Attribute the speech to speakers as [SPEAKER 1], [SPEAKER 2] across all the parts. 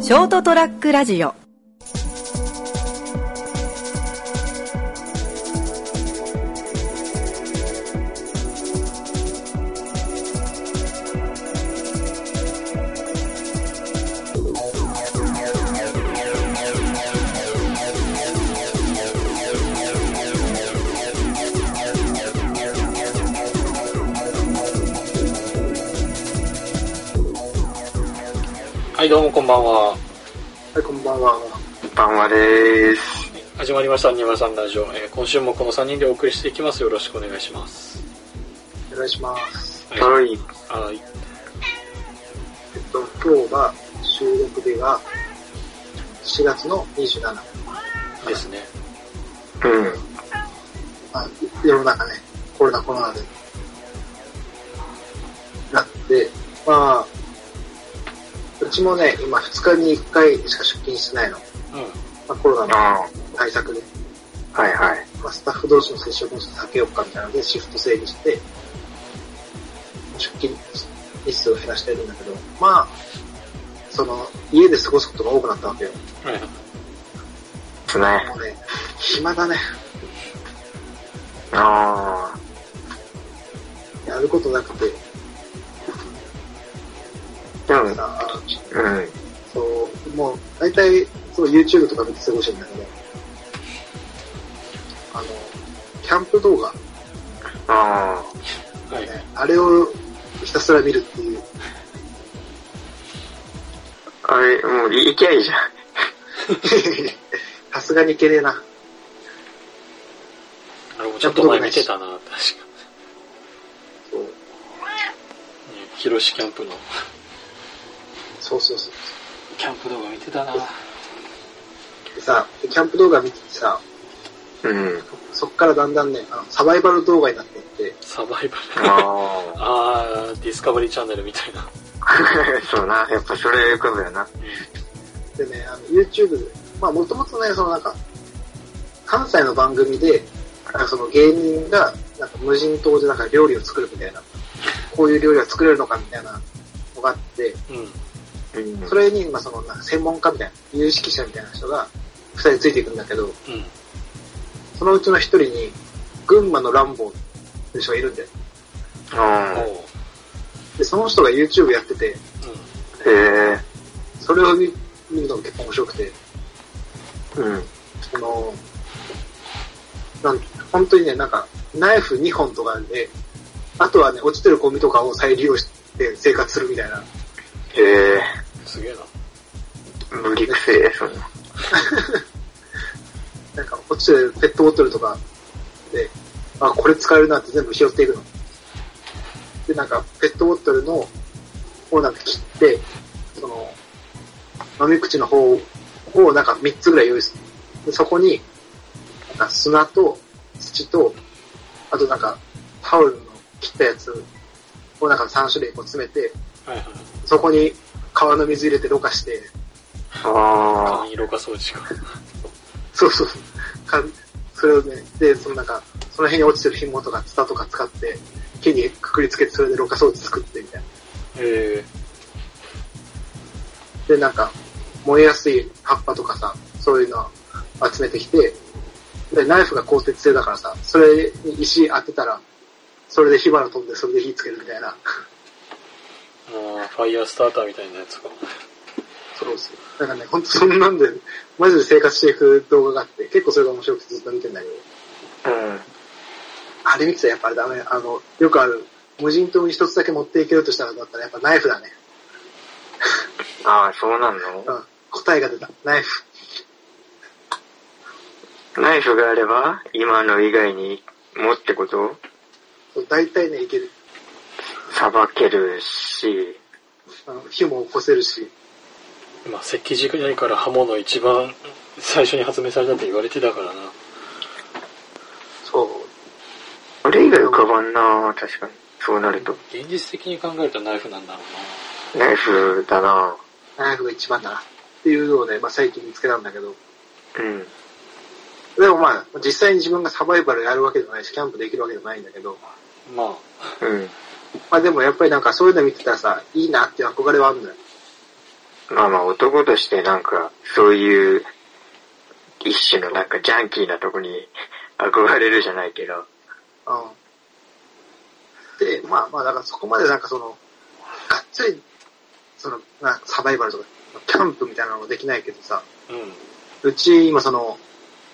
[SPEAKER 1] ショートトラックラジオ
[SPEAKER 2] はい、どうもこんばんは。
[SPEAKER 3] はい、こんばんは。
[SPEAKER 4] ばんはです。
[SPEAKER 2] 始まりました、ニマさんラジオ、えー今週もこの3人でお送りしていきます。よろしくお願いします。
[SPEAKER 3] お願いします。
[SPEAKER 2] は
[SPEAKER 4] ト
[SPEAKER 2] い。
[SPEAKER 4] ロイン。
[SPEAKER 2] はい、
[SPEAKER 3] えっと、今日が収録日が4月の27。は
[SPEAKER 2] ですね。
[SPEAKER 4] うん。
[SPEAKER 3] い、世の中ね、コロナコロナで。なって、まあ、うちもね、今2日に1回しか出勤してないの。
[SPEAKER 2] う
[SPEAKER 3] まあ、コロナの
[SPEAKER 4] あ
[SPEAKER 3] 対策で、
[SPEAKER 4] あ、はいはい。
[SPEAKER 3] まあ、スタッフ同士の接触を避けようかみたいなので、シフト制にして、出勤日数を減らしてるんだけど、まあ、その、家で過ごすことが多くなったわけよ。
[SPEAKER 2] ん。はい。
[SPEAKER 4] ですね。
[SPEAKER 3] もうね、暇だね。
[SPEAKER 4] あ
[SPEAKER 3] やることなくて、
[SPEAKER 4] あ、でも、
[SPEAKER 3] さ、
[SPEAKER 4] うん。
[SPEAKER 3] そう、もう、大体、そう、YouTube とか見て過ごしてるんだけど、あの、キャンプ動画、ね、
[SPEAKER 4] あ
[SPEAKER 2] はい。
[SPEAKER 3] あれをひたすら見るっていう、
[SPEAKER 4] あ、あれ、もう、い行きゃいいじゃん。
[SPEAKER 3] さすがにいけねえな。
[SPEAKER 2] あれもちょっと前見てたな、確か
[SPEAKER 3] そう、
[SPEAKER 2] に。ね広島キャンプの、
[SPEAKER 3] そうそうそう。
[SPEAKER 2] キャンプ動画見てたな。
[SPEAKER 3] でさ、キャンプ動画見ててさ、
[SPEAKER 4] うん。
[SPEAKER 3] そっからだんだんね、あのサバイバル動画になっていって、
[SPEAKER 2] サバイバル。あ
[SPEAKER 4] あ
[SPEAKER 2] あー、ディスカバリーチャンネルみたいな。
[SPEAKER 4] あ、そうな。やっぱそれいうことだよな。
[SPEAKER 3] でね、あの YouTube で、まあもともとね、そのなんか、関西の番組で、なんかその芸人が、なんか無人島でなんか料理を作るみたいな、こういう料理が作れるのかみたいなのがあって、
[SPEAKER 2] うん。うん。
[SPEAKER 4] うん
[SPEAKER 3] それに、まあその、なんか専門家みたいな、有識者みたいな人が、二人ついていくんだけど、
[SPEAKER 2] うん。
[SPEAKER 3] そのうちの一人に、群馬のランボーっていう人がいるんだよ。
[SPEAKER 4] あ
[SPEAKER 2] おう。
[SPEAKER 3] で、その人が YouTube やってて、
[SPEAKER 2] う
[SPEAKER 4] あ、へえ。
[SPEAKER 3] それを見見るのが結構面白くて、
[SPEAKER 4] うん。
[SPEAKER 3] その、なん本当にね、なんか、ナイフ2本とかで、あとはね、落ちてるゴミとかを再利用して生活するみたいな。
[SPEAKER 4] へえ。
[SPEAKER 2] ん。すげえな。
[SPEAKER 4] 無理くせえ、そんな。
[SPEAKER 3] なんか、落ちてるペットボトルとかで、あ、これ使えるなって全部拾っていくの。で、なんか、ペットボトルの、をなんか切って、その、飲み口の方をなんか3つぐらい用意する。で、そこに、なんか砂と土と、あとなんか、タオルの切ったやつをなんか3種類こう詰めて、
[SPEAKER 2] はいはい。
[SPEAKER 3] そこに川の水入れてろ過して、
[SPEAKER 4] あ
[SPEAKER 2] 簡易ろ過装置か。
[SPEAKER 3] そうそうそう。かそれをね、で、そのなんか、その辺に落ちてる紐とかツタとか使って、木にくくりつけて、それでろ過装置作ってみたいな。
[SPEAKER 2] え
[SPEAKER 3] で、なんか、燃えやすい葉っぱとかさ、そういうのを集めてきて、で、ナイフが鋼鉄製だからさ、それに石当てたら、それで火花飛んで、それで火つけるみたいな。
[SPEAKER 2] ー。あーファイヤースターターみたいなやつか。
[SPEAKER 3] そうそう。なんかね、ほんとそんなんで、マジで生活していく動画があって、結構それが面白くてずっと見てんだけど。
[SPEAKER 4] あ、うん。
[SPEAKER 3] あれ見てたらやっぱりダメ。あの、よくある、無人島に一つだけ持っていけるとしたらだったらやっぱナイフだね。
[SPEAKER 4] ああ、そうなんの
[SPEAKER 3] うん。答えが出た。ナイフ。
[SPEAKER 4] ナイフがあれば、今の以外にもってこと
[SPEAKER 3] そう大体ね、いける。
[SPEAKER 4] さばけるし、
[SPEAKER 3] あの、火も起こせるし。
[SPEAKER 2] まあ、石器時代から刃物一番最初に発明されたって言われてたからな。
[SPEAKER 3] そう。
[SPEAKER 4] あれ以外浮かばんな確かに。そうなると。
[SPEAKER 2] 現実的に考えるとナイフなんだろ
[SPEAKER 4] ナイフだな
[SPEAKER 3] ナイフが一番だな。っていうのをね、まあ最近見つけたんだけど。
[SPEAKER 4] うん。
[SPEAKER 3] でもまあ、実際に自分がサバイバルやるわけじゃないし、キャンプできるわけじゃないんだけど。
[SPEAKER 2] うな。ま
[SPEAKER 4] うん。
[SPEAKER 3] まあでもやっぱりなんかそういうの見てたらさ、いいなっていう憧れはあるんだよ。
[SPEAKER 4] うまあまあ男としてなんか、そういう、一種のなんかジャンキーなとこに憧れるじゃないけど、
[SPEAKER 3] うん。で、まあまあ、だからそこまでなんかその、がっつり、その、なんかサバイバルとか、キャンプみたいなのもできないけどさ、
[SPEAKER 2] うん。
[SPEAKER 3] うち今その、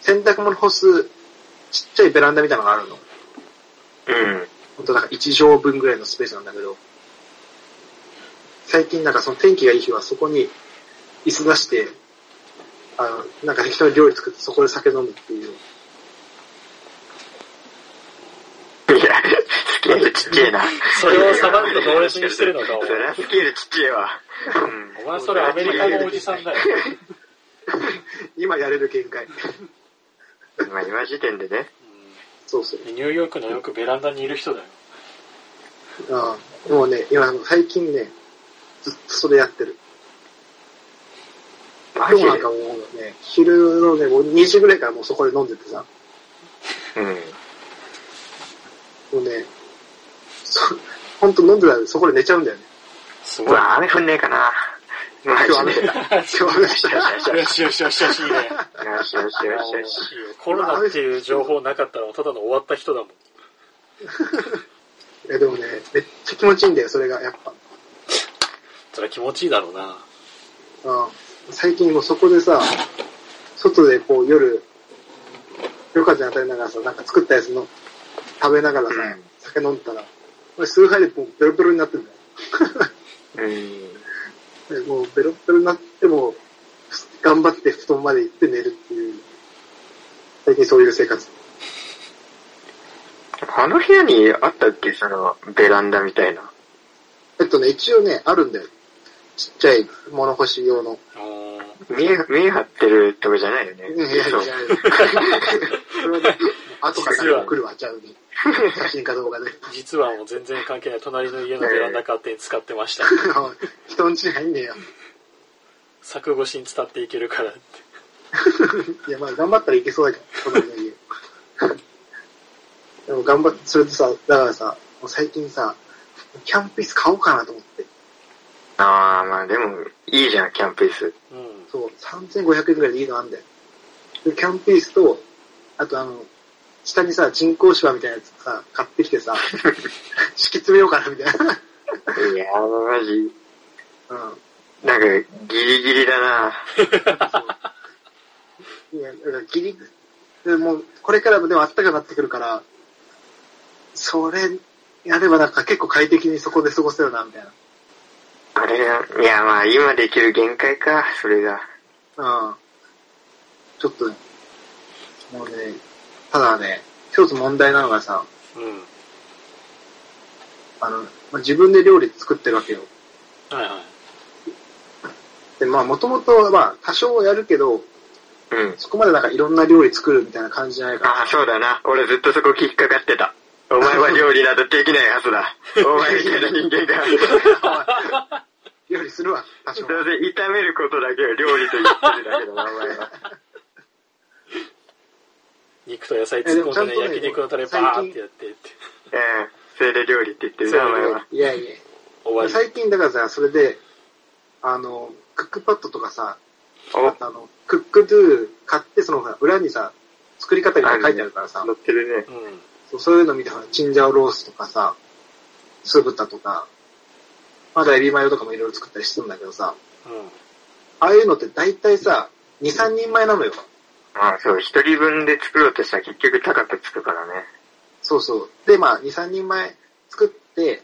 [SPEAKER 3] 洗濯物干すちっちゃいベランダみたいなのがあるの。
[SPEAKER 4] うん。
[SPEAKER 3] ほんとなんか1畳分ぐらいのスペースなんだけど、最近なんかその天気がいい日はそこに椅子出して、あの、なんか適当に料理作ってそこで酒飲むっていう。
[SPEAKER 4] いや、スケールちっちゃいな。
[SPEAKER 2] それをサバンナと同列にしてるのかお前
[SPEAKER 4] そりゃスケールちっちゃいわ。うん
[SPEAKER 2] お前それアメリカのおじさんだよ。
[SPEAKER 3] 今やれる限界。
[SPEAKER 4] まあ今時点でね。
[SPEAKER 3] そうそう。
[SPEAKER 2] うんニューヨークのよくベランダにいる人だよ。
[SPEAKER 3] うん。もうね、今あの最近ね、ずっとそれやってる。
[SPEAKER 4] マ
[SPEAKER 3] 今
[SPEAKER 4] ジ
[SPEAKER 3] 日
[SPEAKER 4] で。
[SPEAKER 3] なんかもうね、昼のね、もう2時ぐらいからもうそこで飲んでてさ、
[SPEAKER 4] うん。
[SPEAKER 3] もうね、そほんと飲んでたらそこで寝ちゃうんだよね。
[SPEAKER 2] す
[SPEAKER 4] う
[SPEAKER 2] ごい。
[SPEAKER 4] わ、雨降んねえかな。マ
[SPEAKER 3] 今日
[SPEAKER 4] ジ
[SPEAKER 3] 雨
[SPEAKER 4] で。
[SPEAKER 3] だっ
[SPEAKER 4] よ
[SPEAKER 3] た。今日雨だった。
[SPEAKER 2] よしよしよしよし、いいね。
[SPEAKER 4] しよしよしよし。
[SPEAKER 2] コロナっていう情報なかったらただの終わった人だもん。
[SPEAKER 3] いやでもね、めっちゃ気持ちいいんだよ、それが、やっぱ。
[SPEAKER 2] それは気持ちいいだろうな。
[SPEAKER 3] うん。最近もうそこでさ、外でこう夜、夜風に当たりながらさ、なんか作ったやつの食べながらさ、
[SPEAKER 4] うん
[SPEAKER 3] 酒飲んでたら、俺数杯でもうベロベロになってんだ
[SPEAKER 4] うん。
[SPEAKER 3] よ。でもうベロベロになっても、頑張って布団まで行って寝るっていう、最近そういう生活。
[SPEAKER 4] あの部屋にあったっけその、ベランダみたいな。
[SPEAKER 3] えっとね、一応ね、あるんだよ。ちっちゃい物干し用の。
[SPEAKER 2] おー
[SPEAKER 4] 見え、見え張ってるとかじゃないよね。
[SPEAKER 3] いやいやいや
[SPEAKER 4] そう。
[SPEAKER 3] それはね、後から来るわ、ちゃうに。写真か動画で。
[SPEAKER 2] 実はもう全然関係ない隣の家のベランダ勝手に使ってました。
[SPEAKER 3] 人んちに入んねえよ。
[SPEAKER 2] 柵越しに伝っていけるからって。
[SPEAKER 3] いや、まあ頑張ったらいけそうだけど、隣の家。でも頑張って、それとさ、だからさ、もう最近さ、キャンプ椅子買おうかなと思って。
[SPEAKER 4] ああ、まあでも、いいじゃん、キャンプ椅子。
[SPEAKER 2] うん。
[SPEAKER 3] そう、3500円くらいでいいのあんだよ。で、キャンプ椅子と、あとあの、下にさ、人工芝みたいなやつさ、買ってきてさ、敷き詰めようかな、みたいな。
[SPEAKER 4] いやー、マジ、
[SPEAKER 3] うん。
[SPEAKER 4] なんか、ギリギリだな。
[SPEAKER 3] いや、だからギリ、でもうこれからもでも暖かくなってくるから、それやればなんか結構快適にそこで過ごせるな、みたいな。
[SPEAKER 4] あれが、いや、まあ、今できる限界か、それが。
[SPEAKER 3] うん。ちょっとね、もうね、ただね、一つ問題なのがさ、
[SPEAKER 2] うん。
[SPEAKER 3] あの、まあ自分で料理作ってるわけよ。
[SPEAKER 2] はいはい。
[SPEAKER 3] で、まあもともとはまあ多少やるけど、
[SPEAKER 4] うん。
[SPEAKER 3] そこまでなんかいろんな料理作るみたいな感じじゃないから。
[SPEAKER 4] ああ、そうだな。俺ずっとそこ引っかかってた。お前は料理などできないはずだ。お前みたいな人間が。
[SPEAKER 3] 料理するわ、多
[SPEAKER 4] ど
[SPEAKER 3] 少
[SPEAKER 4] う。せ炒めることだけは料理と言ってるだけだな、お前 は。
[SPEAKER 2] 肉と野菜突っ込んでね、焼肉のタレバーってやってって。
[SPEAKER 4] ええそれで料理って言ってるな、お前は。
[SPEAKER 3] いやいや。
[SPEAKER 2] 終わり。
[SPEAKER 3] 最近だからさ、それで、あの、クックパッドとかさ、
[SPEAKER 4] お、
[SPEAKER 3] あの、クックドゥ買って、そのほら裏にさ、作り方が書いてあるからさ
[SPEAKER 4] 乗、ってるね。
[SPEAKER 2] うん。
[SPEAKER 3] そうそういうの見て、ほらチンジャオロースとかさ、酢豚とか、まだエビマヨとかもいろいろ作ったりしてるんだけどさ、
[SPEAKER 2] うん。
[SPEAKER 3] ああいうのって大体さ、2、3人前なのよ。
[SPEAKER 4] まあそう、一人分で作ろうとしたら結局高くつくからね。
[SPEAKER 3] そうそう。で、まあ、2、3人前作って、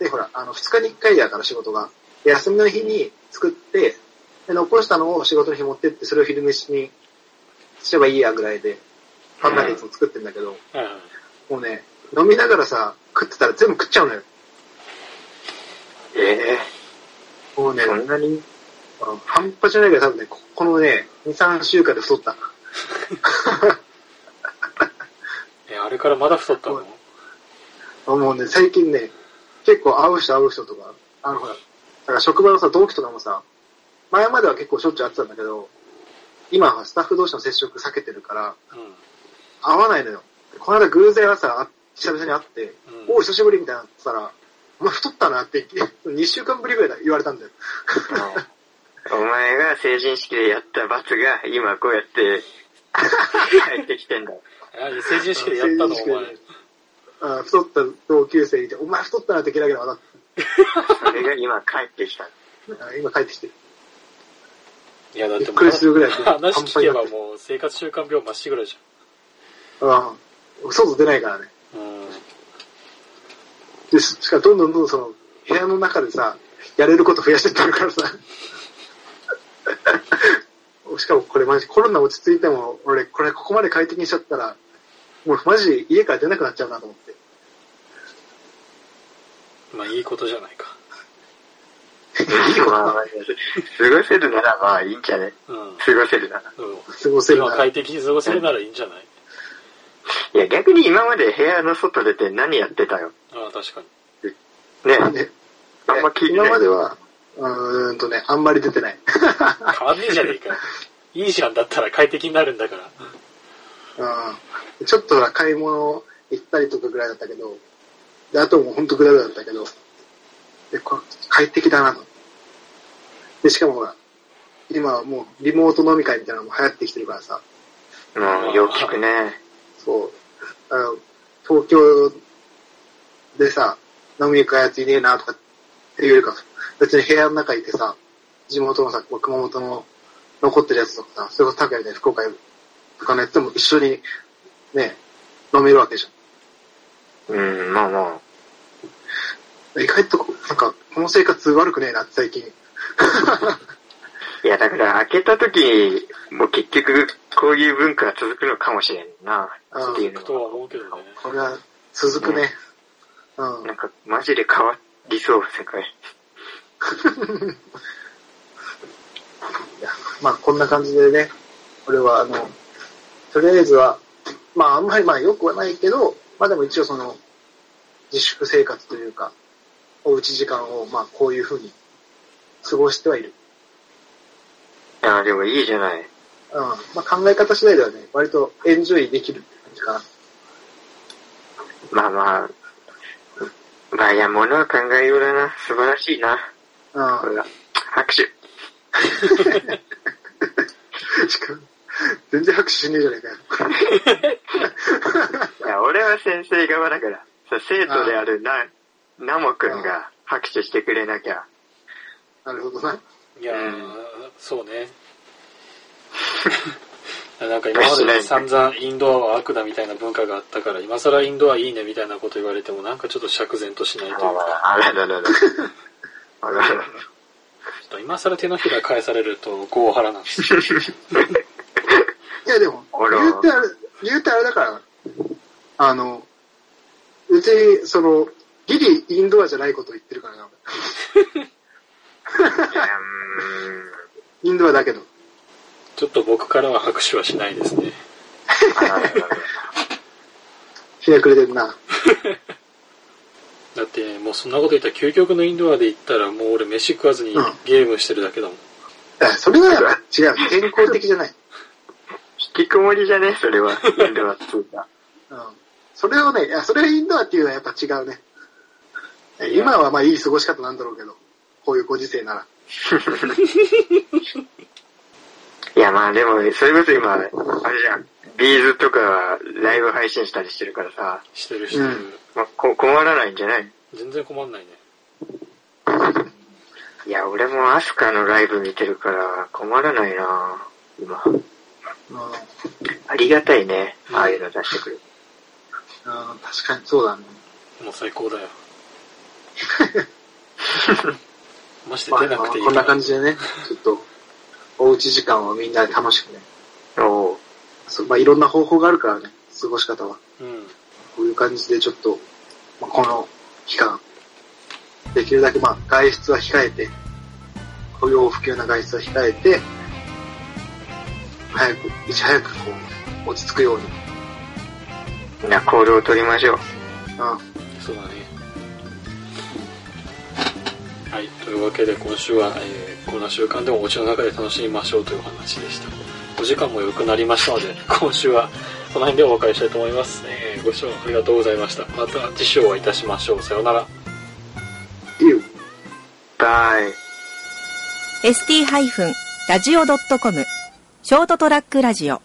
[SPEAKER 3] で、ほら、あの、2日に1回だから仕事が。で休みの日に作って、で、残したのを仕事の日持ってって、それを昼飯にすればいいやぐらいで、考えていつも作ってんだけど、
[SPEAKER 2] はいはい。
[SPEAKER 3] もうね、飲みながらさ、食ってたら全部食っちゃうのよ。
[SPEAKER 4] ええ
[SPEAKER 3] もうね、
[SPEAKER 4] そんなに
[SPEAKER 3] あの半端じゃないけど多分ね、ここのね、2、3週間で太った。
[SPEAKER 2] え、あれからまだ太ったの
[SPEAKER 3] うんもうね、最近ね、結構会う人会う人とか、あのほら、だから職場のさ、同期とかもさ、前までは結構しょっちゅう会ってたんだけど、今はスタッフ同士の接触避けてるから、
[SPEAKER 2] うん。
[SPEAKER 3] 会わないのよ。でこの間偶然朝、あ久々に会って、
[SPEAKER 2] うん
[SPEAKER 3] おう久しぶりみたいになってたら、お前太ったなって、2週間ぶりぐらいだ言われたんだよ。
[SPEAKER 4] あお前が成人式でやった罰が今こうや って入ってきてんだ。
[SPEAKER 2] あ成人式でやったの、
[SPEAKER 3] 成人式
[SPEAKER 2] お
[SPEAKER 3] で
[SPEAKER 2] 前。
[SPEAKER 3] あ太った同級生いて、お前太ったなって嫌いだから
[SPEAKER 4] それが今帰ってきた。
[SPEAKER 3] な。あ今帰ってきてる。
[SPEAKER 2] いや、だっても
[SPEAKER 3] びっくりするぐらいで
[SPEAKER 2] 話聞けば
[SPEAKER 3] パンパンに
[SPEAKER 2] もう生活習慣病まっしぐらいじ
[SPEAKER 3] ああ外出ないからね。
[SPEAKER 2] ゃん。うん。
[SPEAKER 3] で、ししかもどんどんどんどんその、部屋の中でさ、やれること増やしてってるからさ。 しかもこれマジ、コロナ落ち着いても、俺、これここまで快適にしちゃったら、もうマジ家から出なくなっちゃうなと思って。
[SPEAKER 2] まあいいことじゃないか。
[SPEAKER 4] まあまあ過ごせるならまあいいんじゃね
[SPEAKER 2] うん。
[SPEAKER 4] 過ごせるなら。
[SPEAKER 2] うん。
[SPEAKER 3] 過ごせる
[SPEAKER 2] 今
[SPEAKER 3] なら。
[SPEAKER 2] 快適に過ごせるならいいんじゃない
[SPEAKER 4] いや逆に今まで部屋の外出て何やってたよ。
[SPEAKER 2] ああ、確かに。
[SPEAKER 4] ね
[SPEAKER 3] ね
[SPEAKER 4] あんま聞いてない。
[SPEAKER 3] 今までは、うーんとね、あんまり出てない。
[SPEAKER 2] 変わんねえじゃねえかよ。いいじゃんだったら快適になるんだから。
[SPEAKER 3] うんちょっとほら買い物行ったりとかぐらいだったけど、であともうほんとグダグダだったけど、でこ快適だなと。で、しかもほら、今はもうリモート飲み会みたいなのも流行ってきてるからさ、
[SPEAKER 4] うん、よく聞くね。
[SPEAKER 3] そう、あの、東京でさ、飲みに行くやついねえなとかっていうよりか、別に部屋の中いてさ、地元のさ、こう熊本の残ってるやつとかさ、それこそ高谷で福岡とかのやつとも一緒にね、飲めるわけじゃん。
[SPEAKER 4] うん、まあまあ。
[SPEAKER 3] 意外と、なんか、この生活悪くねえなって最近。
[SPEAKER 4] いやだから開けた時に、もう結局こういう文化が続くのかもしれんな。
[SPEAKER 3] うん
[SPEAKER 4] っていうの
[SPEAKER 2] とは思
[SPEAKER 4] は。
[SPEAKER 2] うけどね。
[SPEAKER 3] これは続くね。うん。
[SPEAKER 4] なんかマジで変わりそう、世界。
[SPEAKER 3] まあ、こんな感じでね、俺は、あの、とりあえずは、まあ、あんまりまあ、良くはないけど、まあでも一応その、自粛生活というか、おうち時間を、まあ、こういうふうに過ごしてはいる。
[SPEAKER 4] いやでもいいじゃない。
[SPEAKER 3] うん。まあ、考え方次第ではね、割とエンジョイできるって感じかな。
[SPEAKER 4] まあまあ。まあいや、ものは考えようだな。素晴らしいな。
[SPEAKER 3] うん
[SPEAKER 4] こ。れは。拍手。
[SPEAKER 3] しかも全然拍手しねえじゃねえかよ。
[SPEAKER 4] いや、俺は先生側だから。そう生徒であるな、ナモくんが拍手してくれなきゃ。
[SPEAKER 3] なるほどな。
[SPEAKER 2] いやー、
[SPEAKER 4] う
[SPEAKER 2] そう ね。なんか今まで散々インドアは悪だみたいな文化があったから、今更インドアいいねみたいなこと言われてもなんかちょっと釈然としないというか、
[SPEAKER 4] あららら ら。あらら
[SPEAKER 2] ちょ
[SPEAKER 4] ら。
[SPEAKER 2] っと今更手のひら返されるとゴーハラなんですよ。
[SPEAKER 3] いやでも、
[SPEAKER 4] あら
[SPEAKER 3] 言うてあれ、言うてあれだから、あの、別に、その、ギリインドアじゃないことを言ってるからな、
[SPEAKER 4] いやうーん
[SPEAKER 3] インドアだけど。
[SPEAKER 2] ちょっと僕からは拍手はしないですね。
[SPEAKER 4] あらららら
[SPEAKER 3] ひねくれてんな。
[SPEAKER 2] だってもうそんなこと言ったら究極のインドアで言ったらもう俺飯食わずに
[SPEAKER 3] うん
[SPEAKER 2] ゲームしてるだけだもん。
[SPEAKER 3] あそれはだから違 う。健康的じゃない。
[SPEAKER 4] 引きこもりじゃねそれは。インドアっつうか。
[SPEAKER 3] うん。それをね、いや、それインドアっていうのはやっぱ違うね。 今はまあいい過ごし方なんだろうけど、こういうご時世なら。
[SPEAKER 4] いや、まあでも、それこそ今、あれじゃん。ビーズとかライブ配信したりしてるからさ、
[SPEAKER 2] してるしてる。
[SPEAKER 3] うん
[SPEAKER 4] まあ、こ困らないんじゃない
[SPEAKER 2] 全然困んないね。
[SPEAKER 4] いや、俺もアスカのライブ見てるから困らないな今。
[SPEAKER 3] うん。うん、
[SPEAKER 4] ありがたいね。ああいうの出してくれる。
[SPEAKER 3] 確かにそうだね。
[SPEAKER 2] もう最高 だよ。まして出なくていい
[SPEAKER 3] こん
[SPEAKER 2] か
[SPEAKER 3] な
[SPEAKER 2] ら
[SPEAKER 3] 感。じでね、ちょっと、おうち時間をみんなで楽しくね。
[SPEAKER 4] おう
[SPEAKER 3] そうまあいろんな方法があるからね、過ごし方は。
[SPEAKER 2] うん。
[SPEAKER 3] こういう感じでちょっと、まあ、この期間、できるだけまあ外出は控えて、不要不急な外出は控えて、早く、いち早くこう、落ち着くように。
[SPEAKER 4] みんな行動を取りましょう。
[SPEAKER 3] う
[SPEAKER 2] そうだね。はい、というわけで今週は、えーこんな習慣でもお家の中で楽しみましょうというお話でした。お時間も良くなりましたので、 今週はこの辺でお別れしたいと思います。えーご視聴ありがとうございました。また次週お会いいたしましょう。さようなら。
[SPEAKER 3] ん。いいよ。
[SPEAKER 4] バイ。
[SPEAKER 1] ST-radio.com ショートトラックラジオ